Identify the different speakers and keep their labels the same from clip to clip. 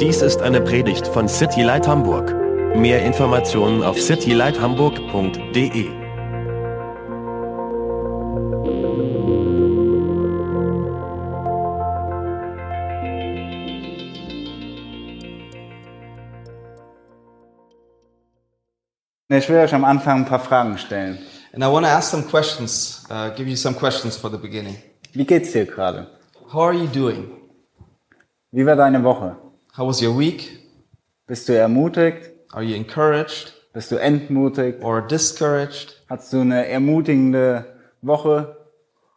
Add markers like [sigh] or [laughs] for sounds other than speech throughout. Speaker 1: Dies ist eine Predigt von City Light Hamburg. Mehr Informationen auf citylighthamburg.de.
Speaker 2: Ich will euch am Anfang ein paar Fragen stellen.
Speaker 3: And I want to ask some questions, uh, give you some questions for the beginning.
Speaker 2: Wie geht's dir gerade?
Speaker 3: How are you doing?
Speaker 2: Wie war deine Woche?
Speaker 3: How was your week?
Speaker 2: Bist du ermutigt?
Speaker 3: Are you encouraged
Speaker 2: Bist du entmutigt?
Speaker 3: or discouraged?
Speaker 2: Hattest du eine ermutigende Woche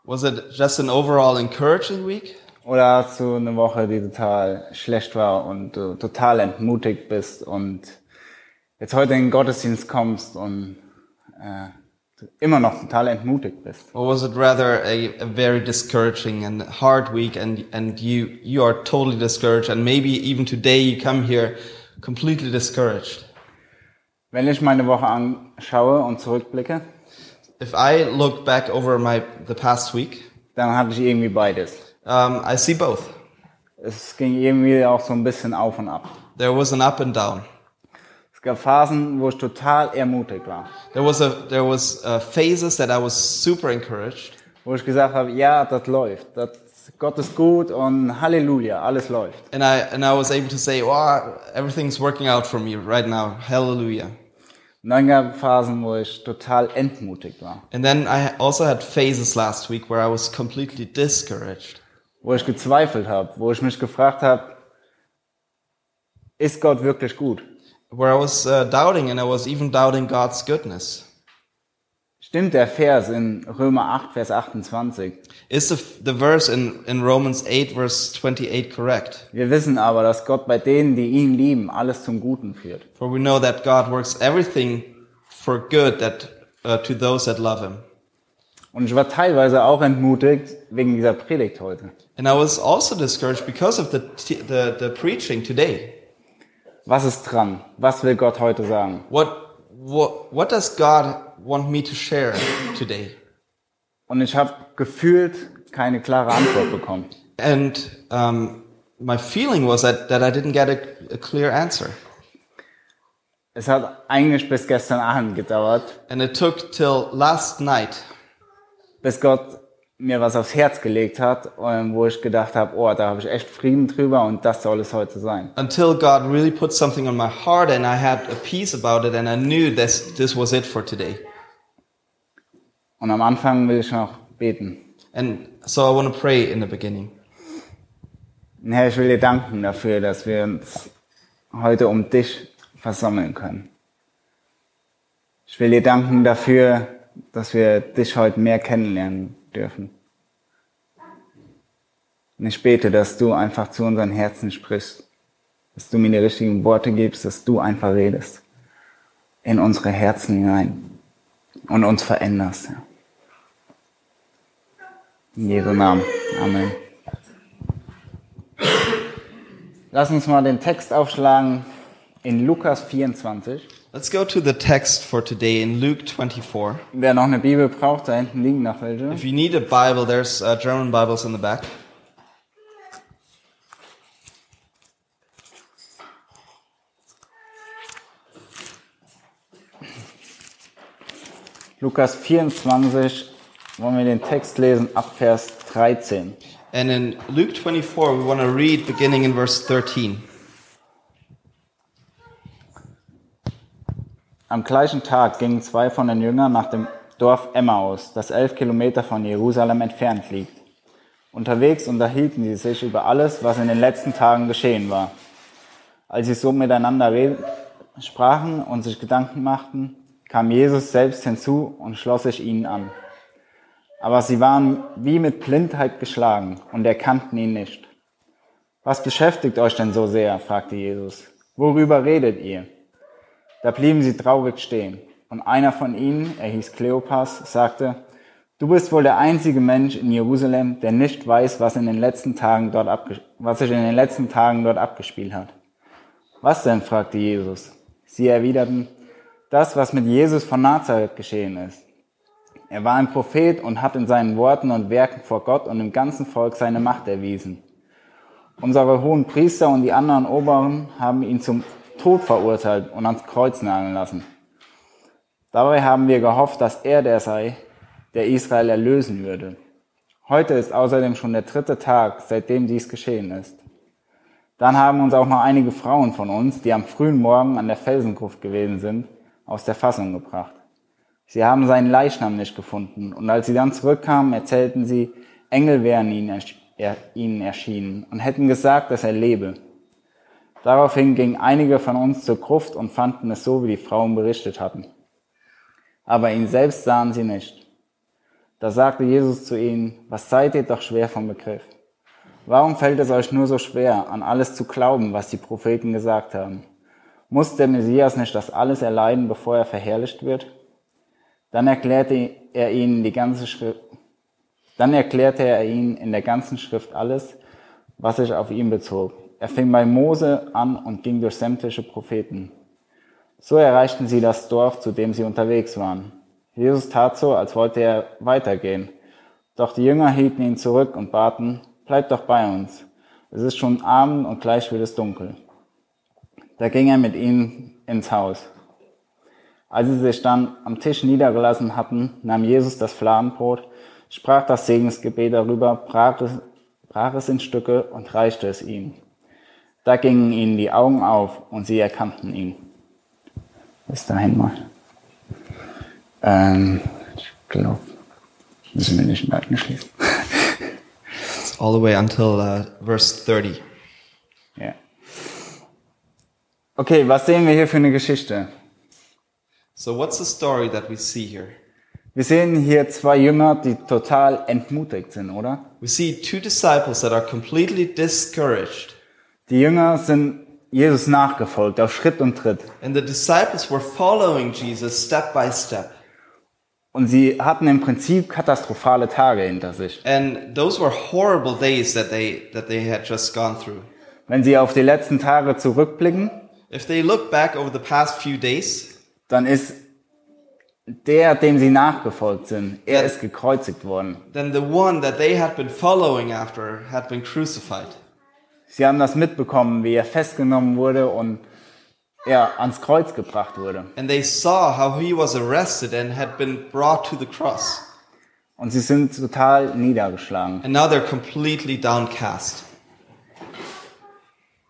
Speaker 3: Was it just an overall encouraging week?
Speaker 2: oder hast du eine Woche, die total schlecht war und du total entmutigt bist und jetzt heute in den Gottesdienst kommst und äh, du immer noch total entmutigt bist?
Speaker 3: Or was it rather a, a very discouraging and hard week and, and you, you are totally discouraged and maybe even today you come here completely discouraged?
Speaker 2: Wenn ich meine Woche anschaue und zurückblicke,
Speaker 3: If I look back over my, the past week,
Speaker 2: dann hatte ich irgendwie beides.
Speaker 3: um, I see both.
Speaker 2: Es ging irgendwie auch so ein bisschen auf und ab.
Speaker 3: There was an up and down.
Speaker 2: Es gab Phasen, wo ich total ermutigt war.
Speaker 3: There was a there was uh, phases that I was super encouraged,
Speaker 2: Wo ich gesagt habe, ja, das läuft. Das, Gott ist gut und Halleluja, alles läuft.
Speaker 3: and I and I was able to say, "Wow, everything's working out for me right now, hallelujah."
Speaker 2: Und dann gab es Phasen, wo ich total entmutigt war.
Speaker 3: And then I also had phases last week where I was completely discouraged,
Speaker 2: Wo ich gezweifelt habe, wo ich mich gefragt habe, ist Gott wirklich gut?
Speaker 3: where I was uh, doubting, and I was even doubting God's goodness.
Speaker 2: Stimmt der Vers in Römer 8, Vers 28?
Speaker 3: Is the, the verse in, in Romans 8, verse 28 correct?
Speaker 2: Wir wissen aber, dass Gott bei denen, die ihn lieben, alles zum Guten führt.
Speaker 3: For we know that God works everything for good that uh, to those that love Him.
Speaker 2: Und ich war teilweise auch entmutigt wegen dieser Predigt heute.
Speaker 3: And I was also discouraged because of the, t- the, the preaching today.
Speaker 2: Was ist dran? Was will Gott heute sagen?
Speaker 3: What, what, what does God want me to share today?
Speaker 2: Und ich habe gefühlt keine klare Antwort bekommen.
Speaker 3: And um, my feeling was that, that I didn't get a, a clear answer.
Speaker 2: Es hat eigentlich bis gestern Abend gedauert,
Speaker 3: And it took till last night
Speaker 2: bis Gott mir was aufs Herz gelegt hat, ähm, wo ich gedacht habe, oh, da habe ich echt Frieden drüber und das soll es heute sein.
Speaker 3: until God really put something on my heart and I had a peace about it and I knew this, this was it for today.
Speaker 2: Und am Anfang will ich noch beten.
Speaker 3: And so I want to pray in the beginning.
Speaker 2: Und Herr, ich will dir danken dafür, dass wir uns heute um dich versammeln können. Ich will dir danken dafür, dass wir dich heute mehr kennenlernen dürfen. Und ich bete, dass du einfach zu unseren Herzen sprichst, dass du mir die richtigen Worte gibst, dass du einfach redest in unsere Herzen hinein und uns veränderst. Herr. In Jesu Namen. Amen. Lass uns mal den Text aufschlagen in Lukas 24.
Speaker 3: Let's go to the text for today in Luke 24.
Speaker 2: Wer noch eine Bibel braucht, da hinten liegen noch welche.
Speaker 3: If you need a Bible, there's uh, German Bibles in the back.
Speaker 2: Lukas 24 wollen wir den Text lesen ab Vers 13.
Speaker 3: And in Luke 24, we want to read beginning in verse 13.
Speaker 2: Am gleichen Tag gingen zwei von den Jüngern nach dem Dorf Emmaus, das elf Kilometer von Jerusalem entfernt liegt. Unterwegs unterhielten sie sich über alles, was in den letzten Tagen geschehen war. Als sie so miteinander red- sprachen und sich Gedanken machten, kam Jesus selbst hinzu und schloss sich ihnen an. Aber sie waren wie mit Blindheit geschlagen und erkannten ihn nicht. Was beschäftigt euch denn so sehr? fragte Jesus. Worüber redet ihr? Da blieben sie traurig stehen. Und einer von ihnen, er hieß Kleopas, sagte, Du bist wohl der einzige Mensch in Jerusalem, der nicht weiß, was, in den letzten Tagen dort abge- was sich in den letzten Tagen dort abgespielt hat. Was denn? fragte Jesus. Sie erwiderten, das, was mit Jesus von Nazareth geschehen ist. Er war ein Prophet und hat in seinen Worten und Werken vor Gott und dem ganzen Volk seine Macht erwiesen. Unsere hohen Priester und die anderen Oberen haben ihn zum Tod verurteilt und ans Kreuz nageln lassen. Dabei haben wir gehofft, dass er der sei, der Israel erlösen würde. Heute ist außerdem schon der dritte Tag, seitdem dies geschehen ist. Dann haben uns auch noch einige Frauen von uns, die am frühen Morgen an der Felsengruft gewesen sind, aus der Fassung gebracht. Sie haben seinen Leichnam nicht gefunden und als sie dann zurückkamen, erzählten sie, Engel wären ihnen, ersch er ihnen erschienen und hätten gesagt, dass er lebe. Daraufhin gingen einige von uns zur Gruft und fanden es so, wie die Frauen berichtet hatten. Aber ihn selbst sahen sie nicht. Da sagte Jesus zu ihnen, was seid ihr doch schwer vom Begriff? Warum fällt es euch nur so schwer, an alles zu glauben, was die Propheten gesagt haben? Muss der Messias nicht das alles erleiden, bevor er verherrlicht wird? Dann erklärte er ihnen die ganze Schrift, dann erklärte er ihnen in der ganzen Schrift alles, was sich auf ihn bezog. Er fing bei Mose an und ging durch sämtliche Propheten. So erreichten sie das Dorf, zu dem sie unterwegs waren. Jesus tat so, als wollte er weitergehen. Doch die Jünger hielten ihn zurück und baten, bleib doch bei uns. Es ist schon Abend und gleich wird es dunkel. Da ging er mit ihnen ins Haus. Als sie sich dann am Tisch niedergelassen hatten, nahm Jesus das Fladenbrot, sprach das Segensgebet darüber, brach es, brach es in Stücke und reichte es ihnen. Da gingen ihnen die Augen auf und sie erkannten ihn. Bis dahin mal. Ähm, ich glaube, müssen wir nicht merken schließen. [laughs]
Speaker 3: It's all the way until uh, verse 30.
Speaker 2: Ja. Okay, was sehen wir hier für eine Geschichte?
Speaker 3: So what's the story that we see here?
Speaker 2: Wir sehen hier zwei Jünger, die total entmutigt sind, oder?
Speaker 3: We see two disciples that are completely discouraged.
Speaker 2: Die Jünger sind Jesus nachgefolgt, auf Schritt und Tritt.
Speaker 3: And the disciples were following Jesus step by step.
Speaker 2: Und sie hatten im Prinzip katastrophale Tage hinter sich.
Speaker 3: And those were horrible days that they that they had just gone through.
Speaker 2: Wenn sie auf die letzten Tage zurückblicken,
Speaker 3: If they look back over the past few days,
Speaker 2: dann ist der, dem sie nachgefolgt sind, er ist gekreuzigt worden.
Speaker 3: then the one that they had been following after had been crucified.
Speaker 2: Sie haben das mitbekommen, wie er festgenommen wurde und ja, ans Kreuz gebracht wurde.
Speaker 3: And they saw how he was arrested and had been brought to the cross.
Speaker 2: Und sie sind total niedergeschlagen.
Speaker 3: And now they're completely downcast.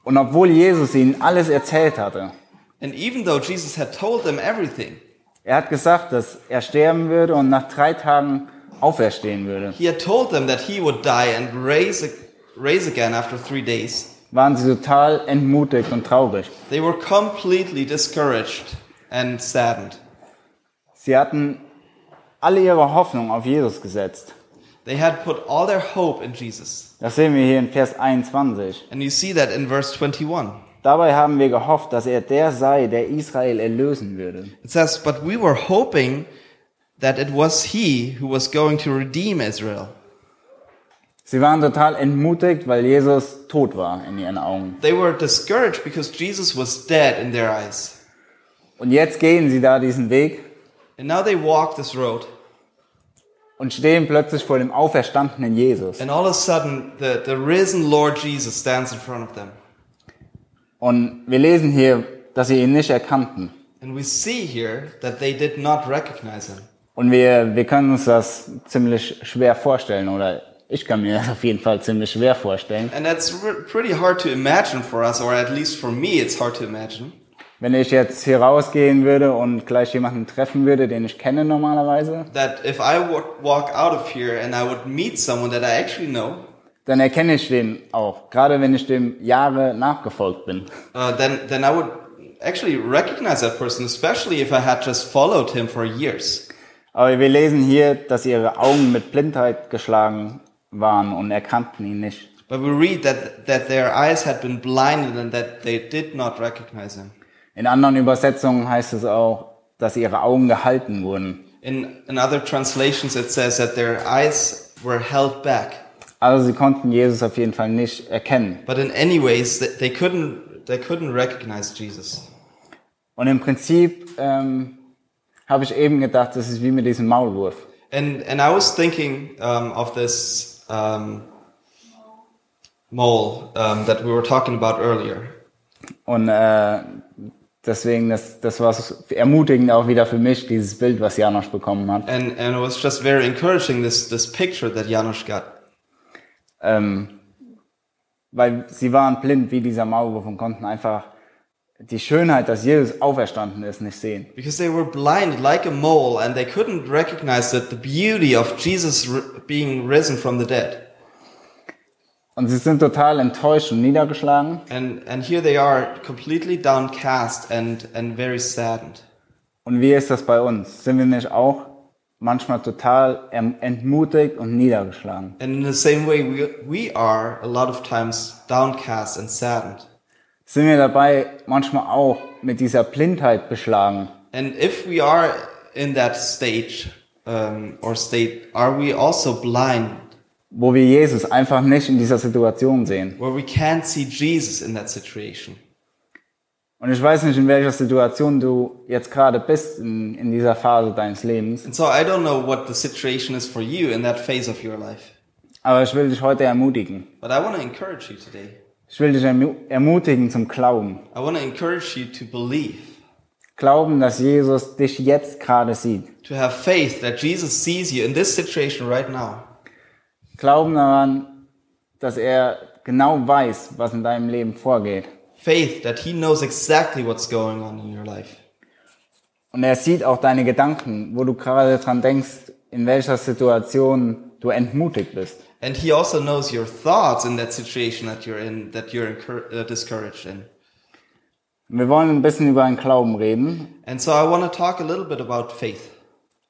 Speaker 2: Und obwohl Jesus ihnen alles erzählt hatte,
Speaker 3: And even though Jesus had told them everything,
Speaker 2: er hat gesagt, dass er sterben würde und nach drei Tagen auferstehen würde,
Speaker 3: he had told them that he would die and raise, raise again after three days.
Speaker 2: waren sie total entmutigt und traurig.
Speaker 3: They were completely discouraged and saddened.
Speaker 2: Sie hatten alle ihre Hoffnung auf Jesus gesetzt.
Speaker 3: They had put all their hope in Jesus.
Speaker 2: Das sehen wir hier in Vers 21.
Speaker 3: And you see that in verse 21.
Speaker 2: Dabei haben wir gehofft, dass er der sei, der Israel erlösen würde.
Speaker 3: It says, But we were hoping that it was he who was going to redeem Israel.
Speaker 2: Sie waren total entmutigt, weil Jesus tot war in ihren Augen.
Speaker 3: They were discouraged because Jesus was dead in their eyes.
Speaker 2: Und jetzt gehen sie da diesen Weg
Speaker 3: And now they walk this road,
Speaker 2: und stehen plötzlich vor dem auferstandenen Jesus.
Speaker 3: and all of a sudden, the, the risen Lord Jesus stands in front of them.
Speaker 2: Und wir lesen hier, dass sie ihn nicht erkannten.
Speaker 3: And we see here that they did not recognize him.
Speaker 2: Und wir, wir können uns das ziemlich schwer vorstellen, oder ich kann mir das auf jeden Fall ziemlich schwer vorstellen.
Speaker 3: And that's re- pretty hard to imagine for us, or at least for me, it's hard to imagine.
Speaker 2: Wenn ich jetzt hier rausgehen würde und gleich jemanden treffen würde, den ich kenne normalerweise,
Speaker 3: That if I wa- walk out of here and I would meet someone that I actually know,
Speaker 2: dann erkenne ich den auch, gerade wenn ich dem Jahre nachgefolgt bin.
Speaker 3: uh, then, then I would actually recognize that person, especially if I had just followed him for years.
Speaker 2: Aber wir lesen hier, dass ihre Augen mit Blindheit geschlagen waren und erkannten ihn nicht.
Speaker 3: But we read that, that their eyes had been blinded and that they did not recognize him.
Speaker 2: In anderen Übersetzungen heißt es auch, dass ihre Augen gehalten wurden.
Speaker 3: In, in other translations, it says that their eyes were held back.
Speaker 2: Also sie konnten Jesus auf jeden Fall nicht erkennen.
Speaker 3: But in any ways, th- they couldn't, they couldn't recognize Jesus.
Speaker 2: Und im Prinzip ähm, habe ich eben gedacht, das ist wie mit diesem Maulwurf.
Speaker 3: And, and I was thinking um, of this um, mole um, that we were talking about earlier.
Speaker 2: Und äh, deswegen, das, das war so ermutigend auch wieder für mich, dieses Bild, was Janosch bekommen hat.
Speaker 3: And, and it was just very encouraging, this, this picture that Janusz got.
Speaker 2: Ähm, weil sie waren blind wie dieser Maulwurf und konnten einfach die Schönheit, dass Jesus auferstanden ist, nicht sehen.
Speaker 3: Because they were blind like a mole and they couldn't recognize that the beauty of Jesus r- being risen from the dead.
Speaker 2: Und sie sind total enttäuscht und niedergeschlagen.
Speaker 3: And, and here they are completely downcast and, and very saddened.
Speaker 2: Und wie ist das bei uns? Sind wir nicht auch manchmal total ähm, entmutigt und niedergeschlagen?
Speaker 3: And in the same way, we, we are a lot of times downcast and saddened.
Speaker 2: Sind wir dabei manchmal auch mit dieser Blindheit beschlagen?
Speaker 3: And if we are in that stage um, or state, are we also blind
Speaker 2: wo wir Jesus einfach nicht in dieser Situation sehen.
Speaker 3: where we can't see Jesus in that situation?
Speaker 2: Und ich weiß nicht, in welcher Situation du jetzt gerade bist in, in dieser Phase deines Lebens,
Speaker 3: And so I don't know what the situation is for you in that phase of your life,
Speaker 2: aber ich will dich heute ermutigen.
Speaker 3: but I want to encourage you today.
Speaker 2: Ich will dich ermu- ermutigen zum Glauben.
Speaker 3: I want to encourage you to believe,
Speaker 2: Glauben, dass Jesus dich jetzt gerade sieht.
Speaker 3: to have faith that Jesus sees you in this situation right now.
Speaker 2: Glauben daran, dass er genau weiß, was in deinem Leben vorgeht.
Speaker 3: Faith that He knows exactly what's going on in your life.
Speaker 2: Und er sieht auch deine Gedanken, wo du gerade dran denkst, in welcher Situation du entmutigt bist.
Speaker 3: And He also knows your thoughts in that situation that you're in, that you're encour- uh, discouraged in.
Speaker 2: Und wir wollen ein bisschen über den Glauben reden
Speaker 3: And so I want to talk a little bit about faith.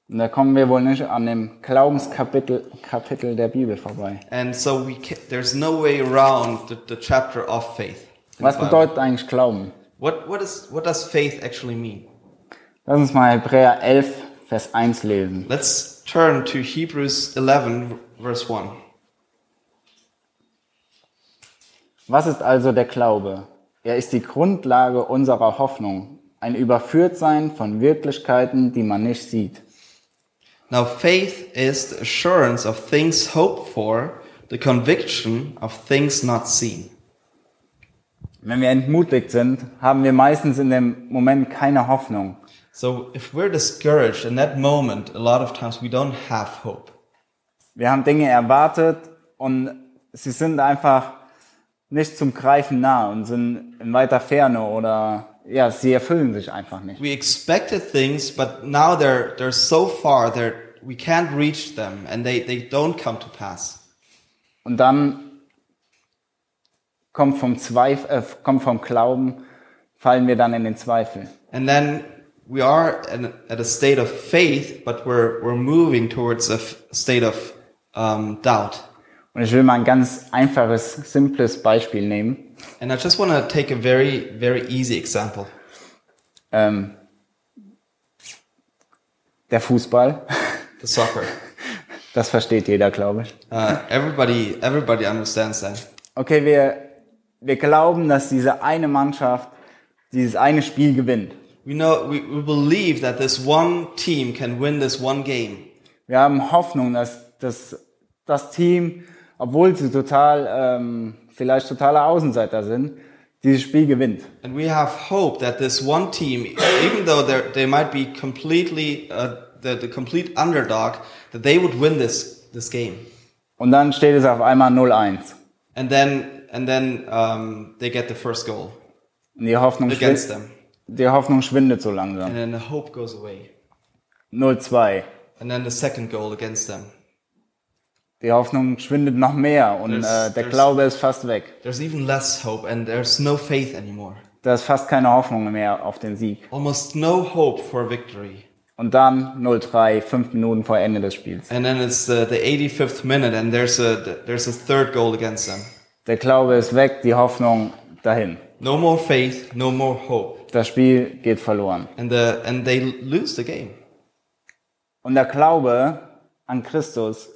Speaker 2: Und da kommen wir wohl nicht an dem Glaubenskapitel Kapitel der Bibel vorbei.
Speaker 3: And so we ca there's no way around the, the chapter of faith. in
Speaker 2: Was
Speaker 3: the Bible.
Speaker 2: bedeutet eigentlich Glauben?
Speaker 3: What, what, is, what does faith actually mean?
Speaker 2: Lass uns mal Hebräer 11, Vers 1 lesen.
Speaker 3: Let's turn to Hebrews 11, verse 1.
Speaker 2: Was ist also der Glaube? Er ist die Grundlage unserer Hoffnung, ein Überführtsein von Wirklichkeiten, die man nicht sieht.
Speaker 3: Now, faith is the assurance of things hoped for, the conviction of things not seen.
Speaker 2: Wenn wir entmutigt sind, haben wir meistens in dem Moment keine Hoffnung.
Speaker 3: So, if we're discouraged in that moment, a lot of times we don't have hope.
Speaker 2: Wir haben Dinge erwartet und sie sind einfach nicht zum Greifen nah und sind in weiter Ferne oder ja, sie erfüllen sich einfach nicht.
Speaker 3: We expected things, but now they're, they're so far, they're, we can't reach them, and they, they don't come to pass.
Speaker 2: Und dann kommt vom Zweifel, äh, kommt vom Glauben, fallen wir dann in den Zweifel.
Speaker 3: And then we are in, at a state of faith, but we're, we're moving towards a f- state of um, doubt.
Speaker 2: Und ich will mal ein ganz einfaches, simples Beispiel nehmen.
Speaker 3: And I just want to take a very, very easy example.
Speaker 2: Ähm, der Fußball, [laughs]
Speaker 3: The soccer.
Speaker 2: das versteht jeder, glaube ich.
Speaker 3: Uh, everybody, everybody understands that.
Speaker 2: okay, wir, wir glauben, dass diese eine Mannschaft dieses eine Spiel gewinnt.
Speaker 3: We know, we, we believe that this one team can win this one game.
Speaker 2: Wir haben Hoffnung, dass, dass das Team, obwohl sie total, ähm, vielleicht totale Außenseiter sind, dieses Spiel gewinnt.
Speaker 3: And we have hope that this one team, even though they're- they might be completely, uh, the, the complete underdog, that they would win this, this game.
Speaker 2: Und dann steht es auf einmal 0-1.
Speaker 3: And then, and then um, they get the first goal
Speaker 2: Und die Hoffnung,
Speaker 3: against
Speaker 2: schwindet,
Speaker 3: them.
Speaker 2: die Hoffnung schwindet so
Speaker 3: And
Speaker 2: langsam.
Speaker 3: then the hope goes away.
Speaker 2: 0-2.
Speaker 3: And then the second goal against them.
Speaker 2: Die Hoffnung schwindet noch mehr und
Speaker 3: Das-
Speaker 2: äh, der
Speaker 3: das-
Speaker 2: Glaube ist fast weg.
Speaker 3: There's even less hope and there's no faith anymore.
Speaker 2: Da ist fast keine Hoffnung mehr auf den Sieg.
Speaker 3: Almost no hope for victory.
Speaker 2: Und dann 0-3, fünf Minuten vor Ende des Spiels.
Speaker 3: And then it's the, the 85th minute and there's a, there's a third goal against them.
Speaker 2: Der Glaube ist weg, die Hoffnung dahin.
Speaker 3: No more faith, no more hope.
Speaker 2: Das Spiel geht verloren.
Speaker 3: And, the, and they lose the game.
Speaker 2: Und der Glaube an Christus,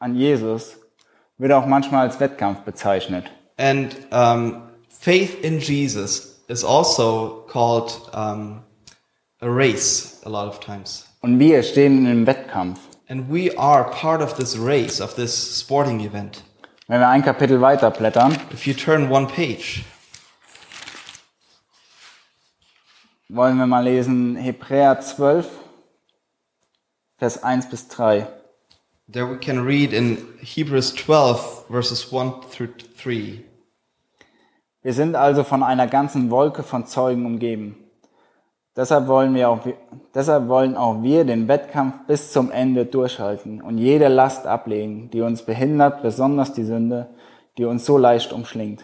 Speaker 2: an Jesus, wird auch manchmal als Wettkampf bezeichnet.
Speaker 3: And um, faith in Jesus is also called um, a race a lot of times.
Speaker 2: Und wir stehen in einem Wettkampf.
Speaker 3: And we are part of this race, of this sporting event.
Speaker 2: Wenn wir ein Kapitel weiter blättern,
Speaker 3: If you turn one page,
Speaker 2: wollen wir mal lesen Hebräer 12, Vers 1 bis 3.
Speaker 3: there we can read in Hebrews 12, verses 1 through 3.
Speaker 2: Wir sind also von einer ganzen Wolke von Zeugen umgeben. Deshalb wollen, wir auch, deshalb wollen auch wir den Wettkampf bis zum Ende durchhalten und jede Last ablegen, die uns behindert, besonders die Sünde, die uns so leicht umschlingt.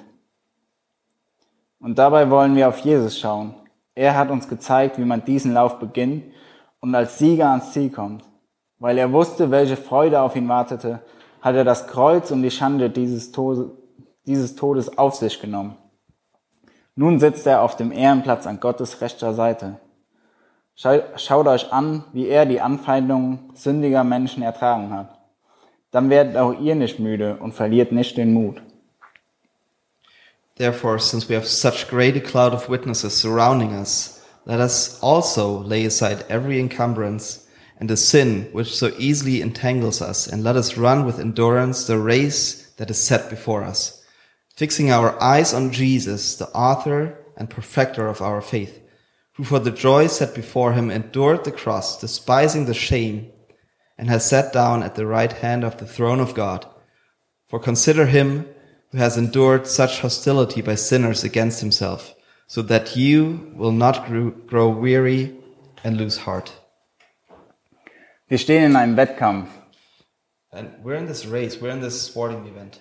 Speaker 2: Und dabei wollen wir auf Jesus schauen. Er hat uns gezeigt, wie man diesen Lauf beginnt und als Sieger ans Ziel kommt. Weil er wusste, welche Freude auf ihn wartete, hat er das Kreuz und die Schande dieses, Tode, dieses Todes auf sich genommen. Nun sitzt er auf dem Ehrenplatz an Gottes rechter Seite. Schau- Schaut euch an, wie er die Anfeindungen sündiger Menschen ertragen hat. Dann werdet auch ihr nicht müde und verliert nicht den Mut.
Speaker 3: Therefore, since we have such great a cloud of witnesses surrounding us, let us also lay aside every encumbrance and the sin which so easily entangles us, and let us run with endurance the race that is set before us, fixing our eyes on Jesus, the author and perfecter of our faith, who for the joy set before him endured the cross, despising the shame, and has sat down at the right hand of the throne of God. For consider him who has endured such hostility by sinners against himself, so that you will not grow, grow weary and lose heart.
Speaker 2: Wir stehen in einem Wettkampf
Speaker 3: And we're in this race, we're in this sporting event.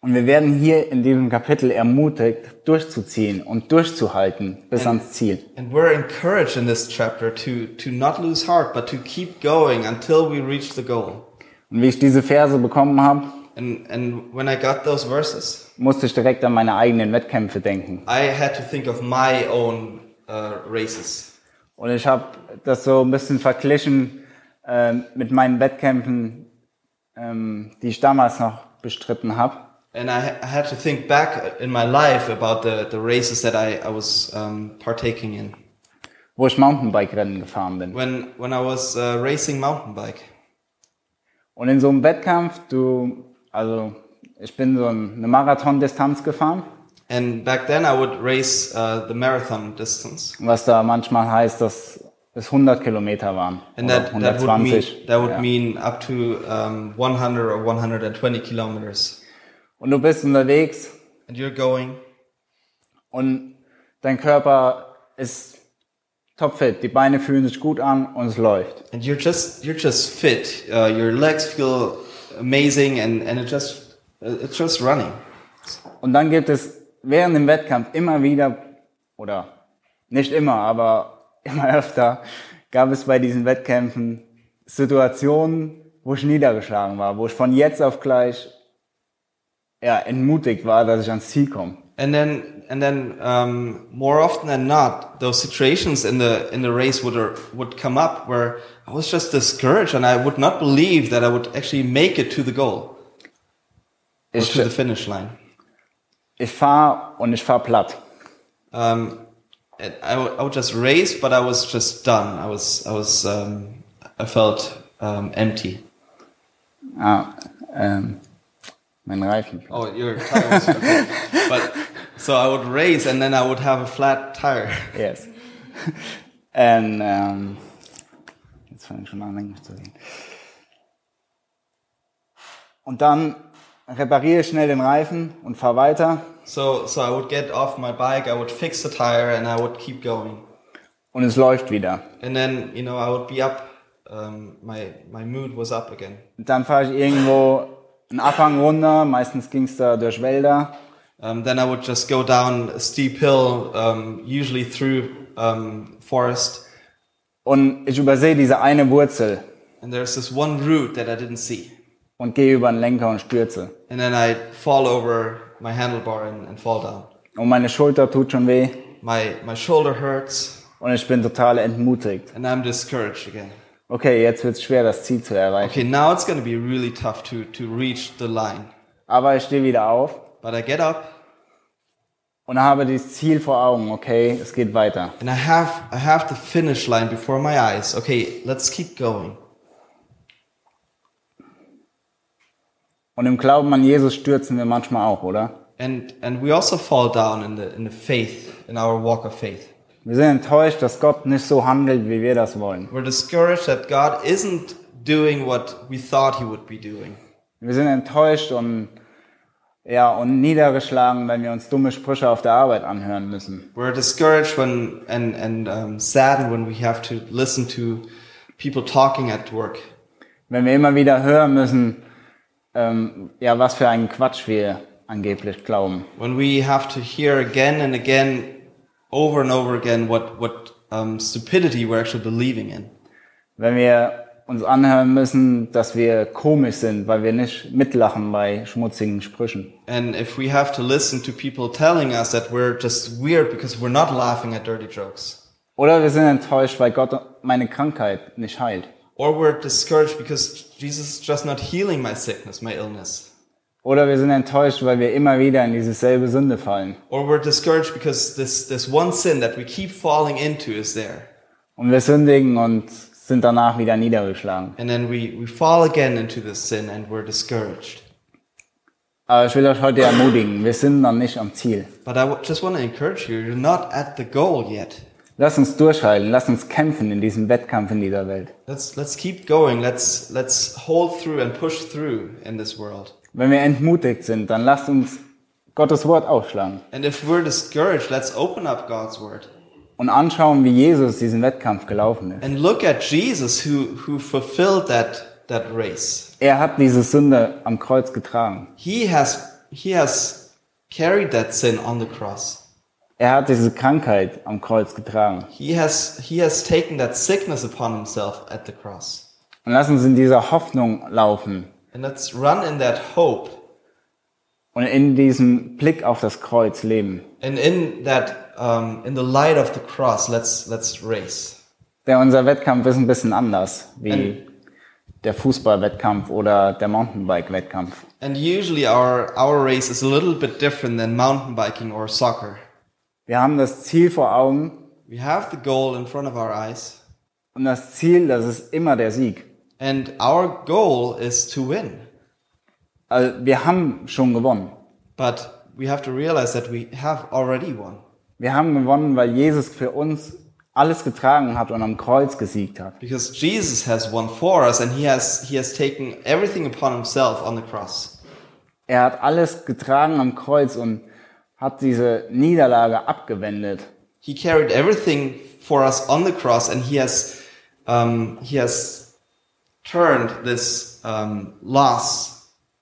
Speaker 2: und wir werden hier in diesem Kapitel ermutigt, durchzuziehen und durchzuhalten bis ans Ziel.
Speaker 3: And we're encouraged in this chapter to, to not lose heart, but to keep going until we reach the goal.
Speaker 2: Und wie ich diese Verse bekommen habe,
Speaker 3: And, and when I got those verses,
Speaker 2: musste ich direkt an meine eigenen Wettkämpfe denken.
Speaker 3: I had to think of my own uh, races.
Speaker 2: Und ich habe das so ein bisschen verglichen ähm, mit meinen Wettkämpfen, ähm, die ich damals noch bestritten habe.
Speaker 3: And I, ha- I had to think back in my life about the, the races that I, I was um, partaking in.
Speaker 2: wo ich Mountainbike-Rennen gefahren bin.
Speaker 3: when when I was uh, racing mountain bike.
Speaker 2: Und in so einem Wettkampf, du, also ich bin so eine Marathon-Distanz gefahren,
Speaker 3: And back then I would race uh, the marathon distance,
Speaker 2: was da manchmal heißt, dass es 100 Kilometer waren
Speaker 3: and
Speaker 2: oder
Speaker 3: that, that would mean
Speaker 2: 120.
Speaker 3: that would
Speaker 2: ja.
Speaker 3: mean up to um, 100 or 120 kilometers.
Speaker 2: Und du bist unterwegs
Speaker 3: And you're going,
Speaker 2: und dein Körper ist topfit, die Beine fühlen sich gut an und es läuft.
Speaker 3: and you're just you're just fit. Uh, your legs feel amazing, and and it just it's just running.
Speaker 2: Und dann gibt es während dem Wettkampf immer wieder, oder nicht immer, aber [laughs] immer öfter, gab es bei diesen Wettkämpfen Situationen, wo ich niedergeschlagen war, wo ich von jetzt auf gleich ja, entmutigt war, dass ich ans Ziel komme.
Speaker 3: And then, and then, um, more often than not, those situations in the in the race would ar- would come up where I was just discouraged and I would not believe that I would actually make it to the goal or
Speaker 2: Ich,
Speaker 3: to the finish line.
Speaker 2: ich fahre und ich fahre platt.
Speaker 3: Um, and I would- I would just race, but I was just done. I was I was um, I felt um, empty.
Speaker 2: Ah, ähm, mein Reifen.
Speaker 3: Oh, your tire was [laughs] okay. but so I would race and then I would have a flat tire. [laughs]
Speaker 2: Yes. [laughs] And, ähm, jetzt fange ich schon an, Englisch zu reden. Und dann repariere ich schnell den Reifen und fahre weiter.
Speaker 3: So so I would get off my bike, I would fix the tire, and I would keep going.
Speaker 2: Und es läuft wieder.
Speaker 3: and then you know I would be up. Um, my my mood was up again.
Speaker 2: Und dann fahre ich irgendwo einen Abhang runter. Meistens ging es da durch Wälder.
Speaker 3: Um, then I would just go down a steep hill, um, usually through um, forest,
Speaker 2: Und ich übersehe diese eine Wurzel
Speaker 3: and there's this one root that I didn't see,
Speaker 2: und gehe über den Lenker und stürze.
Speaker 3: and then I fall over my handlebar and, and fall down.
Speaker 2: Und meine Schulter tut schon weh.
Speaker 3: My my shoulder hurts,
Speaker 2: Und ich bin total entmutigt.
Speaker 3: and I'm discouraged again.
Speaker 2: Okay, jetzt wird es schwer, das Ziel zu erreichen.
Speaker 3: Okay, now it's going to be really tough to to reach the line,
Speaker 2: Aber ich stehe wieder auf.
Speaker 3: but I get up
Speaker 2: und habe dieses Ziel vor Augen, okay, es geht weiter.
Speaker 3: and I have I have the finish line before my eyes. Okay, let's keep going.
Speaker 2: Und im Glauben an Jesus stürzen wir manchmal auch, oder?
Speaker 3: And, and we also fall down in the, in the faith, in our walk of faith.
Speaker 2: Wir sind enttäuscht, dass Gott nicht so handelt, wie wir das wollen.
Speaker 3: We're discouraged that God isn't doing what we thought He would be doing.
Speaker 2: Wir sind enttäuscht und, ja, und niedergeschlagen, wenn wir uns dumme Sprüche auf der Arbeit anhören müssen.
Speaker 3: We're discouraged when, and, and um, saddened when we have to listen to people talking at work.
Speaker 2: Wenn wir immer wieder hören müssen, ähm, ja, was für einen Quatsch wir angeblich glauben.
Speaker 3: When we have to hear again and again, over and over again, what, what um, stupidity we're actually believing in.
Speaker 2: Wenn wir uns anhören müssen, dass wir komisch sind, weil wir nicht mitlachen bei schmutzigen Sprüchen.
Speaker 3: And if we have to listen to people telling us that we're just weird because we're not laughing at dirty jokes,
Speaker 2: Oder wir sind enttäuscht, weil Gott meine Krankheit nicht heilt.
Speaker 3: or we're discouraged because Jesus is just not healing my sickness, my illness,
Speaker 2: Oder wir sind enttäuscht, weil wir immer wieder in diese selbe Sünde fallen.
Speaker 3: or we're discouraged because this, this one sin that we keep falling into is there.
Speaker 2: Und wir sündigen und sind danach wieder niedergeschlagen.
Speaker 3: And then we, we fall again into this sin and we're discouraged.
Speaker 2: Aber ich will euch heute ermutigen, wir sind noch nicht am Ziel.
Speaker 3: But I w- just want to encourage you, you're not at the goal yet.
Speaker 2: Lass uns durchhalten, lass uns kämpfen in diesem Wettkampf in dieser Welt.
Speaker 3: Let's, let's keep going. Let's, let's hold through and push through in this world.
Speaker 2: Wenn wir entmutigt sind, dann lasst uns Gottes Wort aufschlagen
Speaker 3: And if we're discouraged, let's open up God's word
Speaker 2: und anschauen, wie Jesus diesen Wettkampf gelaufen ist.
Speaker 3: and look at Jesus who, who fulfilled that, that race.
Speaker 2: Er hat diese Sünde am Kreuz getragen.
Speaker 3: He has, he has carried that sin on the cross.
Speaker 2: Er hat diese Krankheit am Kreuz getragen.
Speaker 3: He has, he has taken that sickness upon himself at the cross.
Speaker 2: Und lass uns in dieser Hoffnung laufen
Speaker 3: And let's run in that hope
Speaker 2: und in diesem Blick auf das Kreuz leben.
Speaker 3: And in that, um, in the light of the cross, let's let's race.
Speaker 2: Denn unser Wettkampf ist ein bisschen anders wie
Speaker 3: Ähm.
Speaker 2: der Fußballwettkampf oder der Mountainbike-Wettkampf.
Speaker 3: And usually our our race is a little bit different than mountain biking or soccer.
Speaker 2: Wir haben das Ziel vor Augen
Speaker 3: We have the goal in front of our eyes,
Speaker 2: und das Ziel, das ist immer der Sieg.
Speaker 3: and our goal is to win.
Speaker 2: Also wir haben schon gewonnen.
Speaker 3: But we have to realize that we have already won.
Speaker 2: Wir haben gewonnen, weil Jesus für uns alles getragen hat und am Kreuz gesiegt hat.
Speaker 3: Because Jesus has won for us and he has he has taken everything upon himself on the cross.
Speaker 2: Er hat alles getragen am Kreuz und hat diese Niederlage abgewendet.
Speaker 3: He carried everything for us on the cross, and he has um, he has turned this um, loss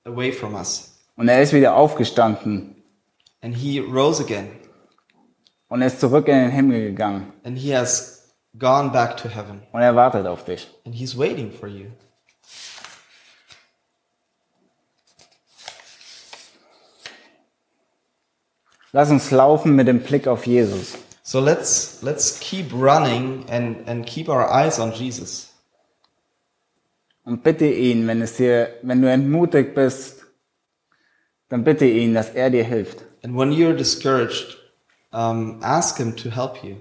Speaker 3: away from us,
Speaker 2: Und er ist wieder aufgestanden
Speaker 3: and he rose again,
Speaker 2: und er ist zurück in den Himmel gegangen
Speaker 3: and he has gone back to heaven,
Speaker 2: und er wartet auf dich.
Speaker 3: and he's waiting for you.
Speaker 2: Lass uns laufen mit dem Blick auf Jesus.
Speaker 3: So let's let's keep running and and keep our eyes on Jesus,
Speaker 2: Und bitte ihn, wenn es dir, wenn du entmutigt bist, dann bitte ihn, dass er dir hilft.
Speaker 3: and when you're discouraged, um, ask him to help you.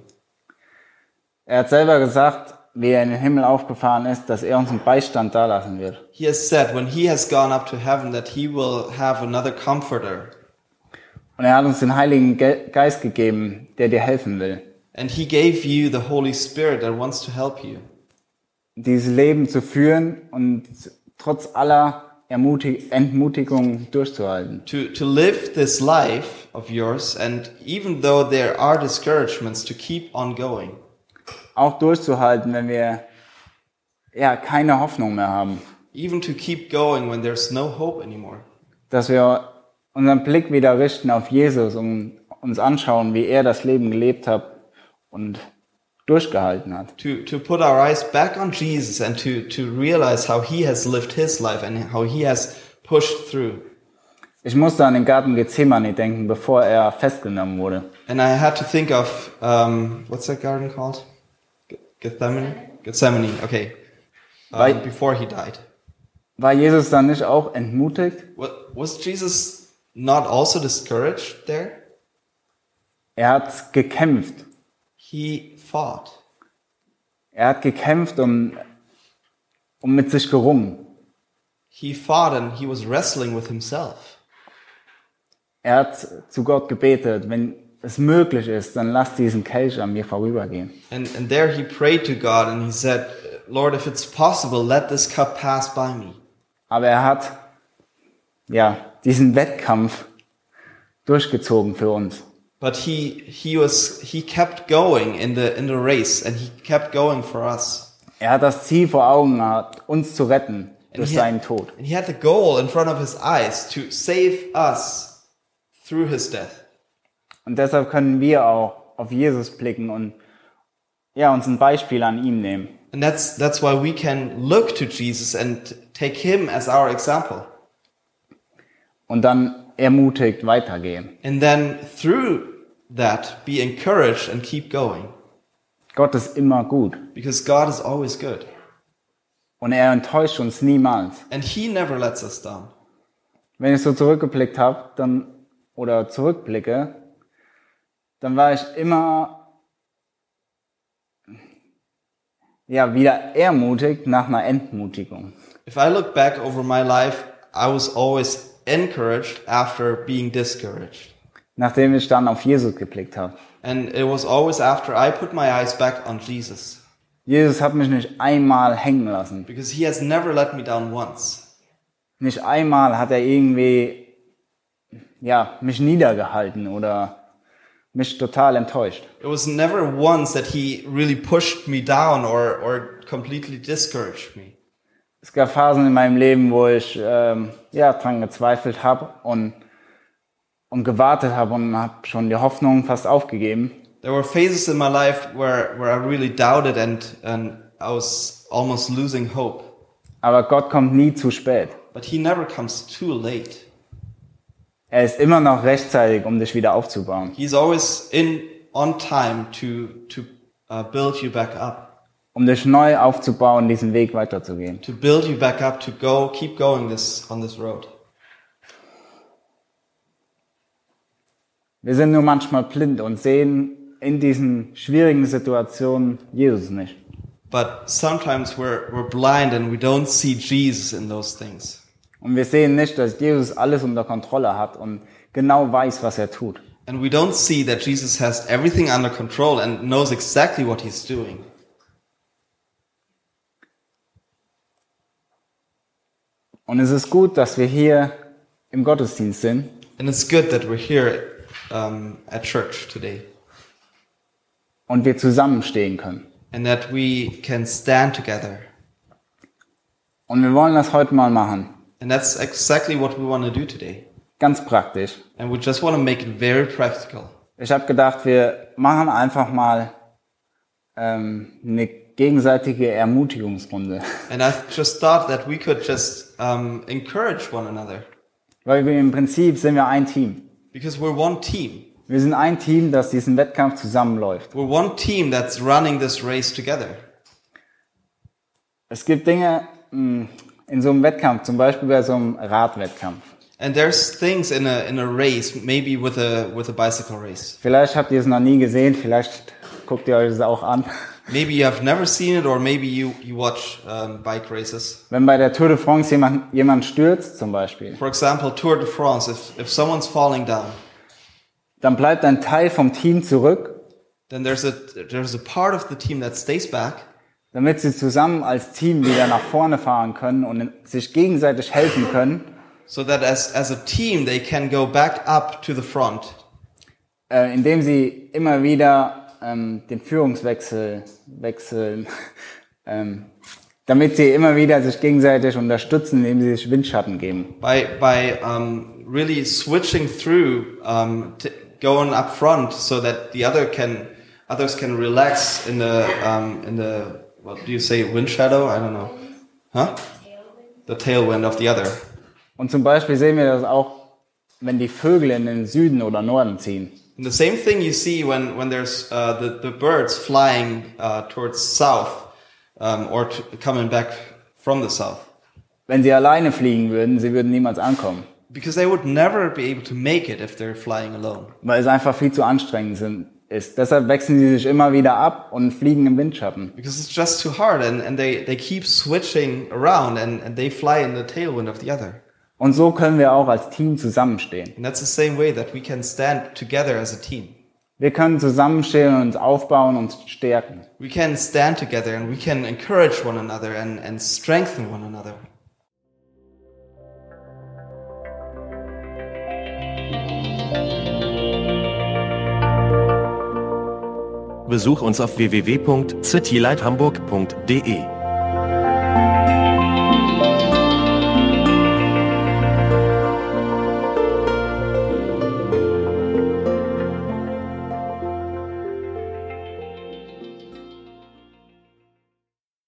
Speaker 2: Er hat selber gesagt, wie er in den Himmel aufgefahren ist, dass er uns einen Beistand dalassen wird.
Speaker 3: He has said when he has gone up to heaven that he will have another comforter
Speaker 2: Und er hat uns den Heiligen Ge Geist gegeben, der dir helfen will,
Speaker 3: And he gave you the Holy Spirit that wants to help you.
Speaker 2: dieses Leben zu führen und trotz aller Ermuti- Entmutigung durchzuhalten.
Speaker 3: To, to live this life of yours, and even though there are discouragements, to keep on going.
Speaker 2: Auch durchzuhalten, wenn wir ja keine Hoffnung mehr haben.
Speaker 3: Even to keep going when there's no hope anymore.
Speaker 2: dass wir unseren Blick wieder richten auf Jesus und uns anschauen, wie er das Leben gelebt hat und durchgehalten hat.
Speaker 3: To, to put our eyes back on Jesus and to, to realize how he has lived his life and how he has pushed through.
Speaker 2: Ich musste an den Garten Gethsemane denken, bevor er festgenommen wurde.
Speaker 3: And I had to think of, um, what's that garden called? Ge- Gethsemane? Gethsemane, okay. Um,
Speaker 2: Right.
Speaker 3: before he died.
Speaker 2: War Jesus dann nicht auch entmutigt?
Speaker 3: What, was Jesus not also discouraged there?
Speaker 2: Er hat gekämpft.
Speaker 3: He fought.
Speaker 2: um, Er hat gekämpft und, und mit sich um gerungen.
Speaker 3: He fought and he was wrestling with himself.
Speaker 2: Er hat zu Gott gebetet, wenn es möglich ist, dann lass diesen Kelch an mir vorübergehen.
Speaker 3: And, and there he prayed to God and he said, Lord, if it's possible, let this cup pass by me.
Speaker 2: Aber er hat, ja, diesen Wettkampf durchgezogen für uns.
Speaker 3: But he, he was, he kept going in the, in the race and he kept going for us.
Speaker 2: Er hat das Ziel vor Augen gehabt, uns zu retten
Speaker 3: And
Speaker 2: durch
Speaker 3: he
Speaker 2: seinen
Speaker 3: had,
Speaker 2: Tod.
Speaker 3: and he had the goal in front of his eyes to save us through his death.
Speaker 2: Und deshalb können wir auch auf Jesus blicken und ja, uns ein Beispiel an ihm nehmen.
Speaker 3: And that's, that's why we can look to Jesus and take him as our example.
Speaker 2: Und dann ermutigt weitergehen.
Speaker 3: And then through that, be encouraged and keep going.
Speaker 2: Gott ist immer gut.
Speaker 3: Because God is always good.
Speaker 2: Und er enttäuscht uns niemals.
Speaker 3: And he never lets us down.
Speaker 2: Wenn ich so zurückgeblickt habe, dann, oder zurückblicke, dann war ich immer, ja, wieder ermutigt nach einer Entmutigung.
Speaker 3: If I look back over my life, I was always encouraged after being discouraged.
Speaker 2: Nachdem ich dann auf Jesus geblickt habe.
Speaker 3: And it was always after I put my eyes back on Jesus.
Speaker 2: Jesus hat mich nicht einmal hängen lassen.
Speaker 3: Because he has never let me down once.
Speaker 2: Nicht einmal hat er irgendwie, ja, mich niedergehalten oder mich total enttäuscht.
Speaker 3: It was never once that he really pushed me down or, or completely discouraged me.
Speaker 2: Es gab Phasen in meinem Leben, wo ich ähm, ja, dran gezweifelt habe und, und gewartet habe und habe schon die Hoffnung fast aufgegeben.
Speaker 3: There were phases in my life where, where I really doubted and, and I was almost losing hope.
Speaker 2: Aber Gott kommt nie zu spät.
Speaker 3: But he never comes too late.
Speaker 2: Er ist immer noch rechtzeitig, um dich wieder aufzubauen,
Speaker 3: He's always in on time to to uh, build you back up,
Speaker 2: um dich neu aufzubauen, diesen Weg weiterzugehen.
Speaker 3: to build you back up, to go keep going this on this road.
Speaker 2: Wir sind nur manchmal blind und sehen in diesen schwierigen Situationen Jesus nicht.
Speaker 3: But sometimes we're we're blind and we don't see Jesus in those things,
Speaker 2: Und wir sehen nicht, dass Jesus alles unter Kontrolle hat und genau weiß, was er tut.
Speaker 3: and we don't see that Jesus has everything under control and knows exactly what he's doing.
Speaker 2: Und es ist gut, dass wir hier im Gottesdienst sind
Speaker 3: And it's good that we're here um, at church today,
Speaker 2: und wir zusammenstehen können.
Speaker 3: and that we can stand together.
Speaker 2: Und wir wollen das heute mal machen.
Speaker 3: And that's exactly what we want to do today.
Speaker 2: Ganz praktisch.
Speaker 3: And we just want to make it very practical.
Speaker 2: Ich habe gedacht, wir machen einfach mal ähm, eine gegenseitige Ermutigungsrunde, [laughs]
Speaker 3: And I just thought that we could just um, encourage one another
Speaker 2: weil wir im Prinzip sind wir ein Team.
Speaker 3: because we're one team.
Speaker 2: Wir sind ein Team, das diesen Wettkampf zusammenläuft.
Speaker 3: We're one team that's running this race together.
Speaker 2: Es gibt Dinge mh, in so einem Wettkampf, zum Beispiel bei so einem Radwettkampf.
Speaker 3: And there's things in a in a race, maybe with a with a bicycle race.
Speaker 2: Vielleicht habt ihr es noch nie gesehen, vielleicht guckt ihr euch es auch an. [laughs]
Speaker 3: Maybe you have never seen it, or maybe you you watch um, bike races.
Speaker 2: Wenn bei der Tour de France jemand, jemand stürzt zum Beispiel,
Speaker 3: For example, Tour de France. If if someone's falling down,
Speaker 2: dann bleibt ein Teil vom Team zurück,
Speaker 3: then there's a there's a part of the team that stays back
Speaker 2: damit sie zusammen als Team wieder nach vorne fahren können und sich gegenseitig helfen können,
Speaker 3: so that as as a team they can go back up to the front
Speaker 2: äh, indem sie immer wieder ähm, den Führungswechsel wechseln, [laughs] ähm, damit sie immer wieder sich gegenseitig unterstützen, indem sie sich Windschatten geben.
Speaker 3: by by um, really switching through um, t- going up front so that the other can others can relax in the um, in the what do you say wind shadow I don't know huh the tailwind of the other
Speaker 2: Und zum Beispiel sehen wir das auch, wenn die Vögel in den Süden oder Norden ziehen.
Speaker 3: and the same thing you see when when there's uh, the the birds flying uh, towards south um, or t- coming back from the south
Speaker 2: Wenn sie alleine fliegen würden, sie würden niemals ankommen,
Speaker 3: because they would never be able to make it if they're flying alone
Speaker 2: weil es einfach viel zu anstrengend sind, ist. Deshalb wechseln sie sich immer wieder ab und fliegen im Windschatten.
Speaker 3: because it's just too hard and, and they, they keep switching around and, and they fly in the tailwind of the other.
Speaker 2: Und so können wir auch als Team zusammenstehen.
Speaker 3: And that's the same way that we can stand together as a team.
Speaker 2: Wir können zusammenstehen und uns aufbauen und stärken.
Speaker 3: We can stand together and we can encourage one another and, and strengthen one another.
Speaker 1: Besuch uns auf www.citylighthamburg.de.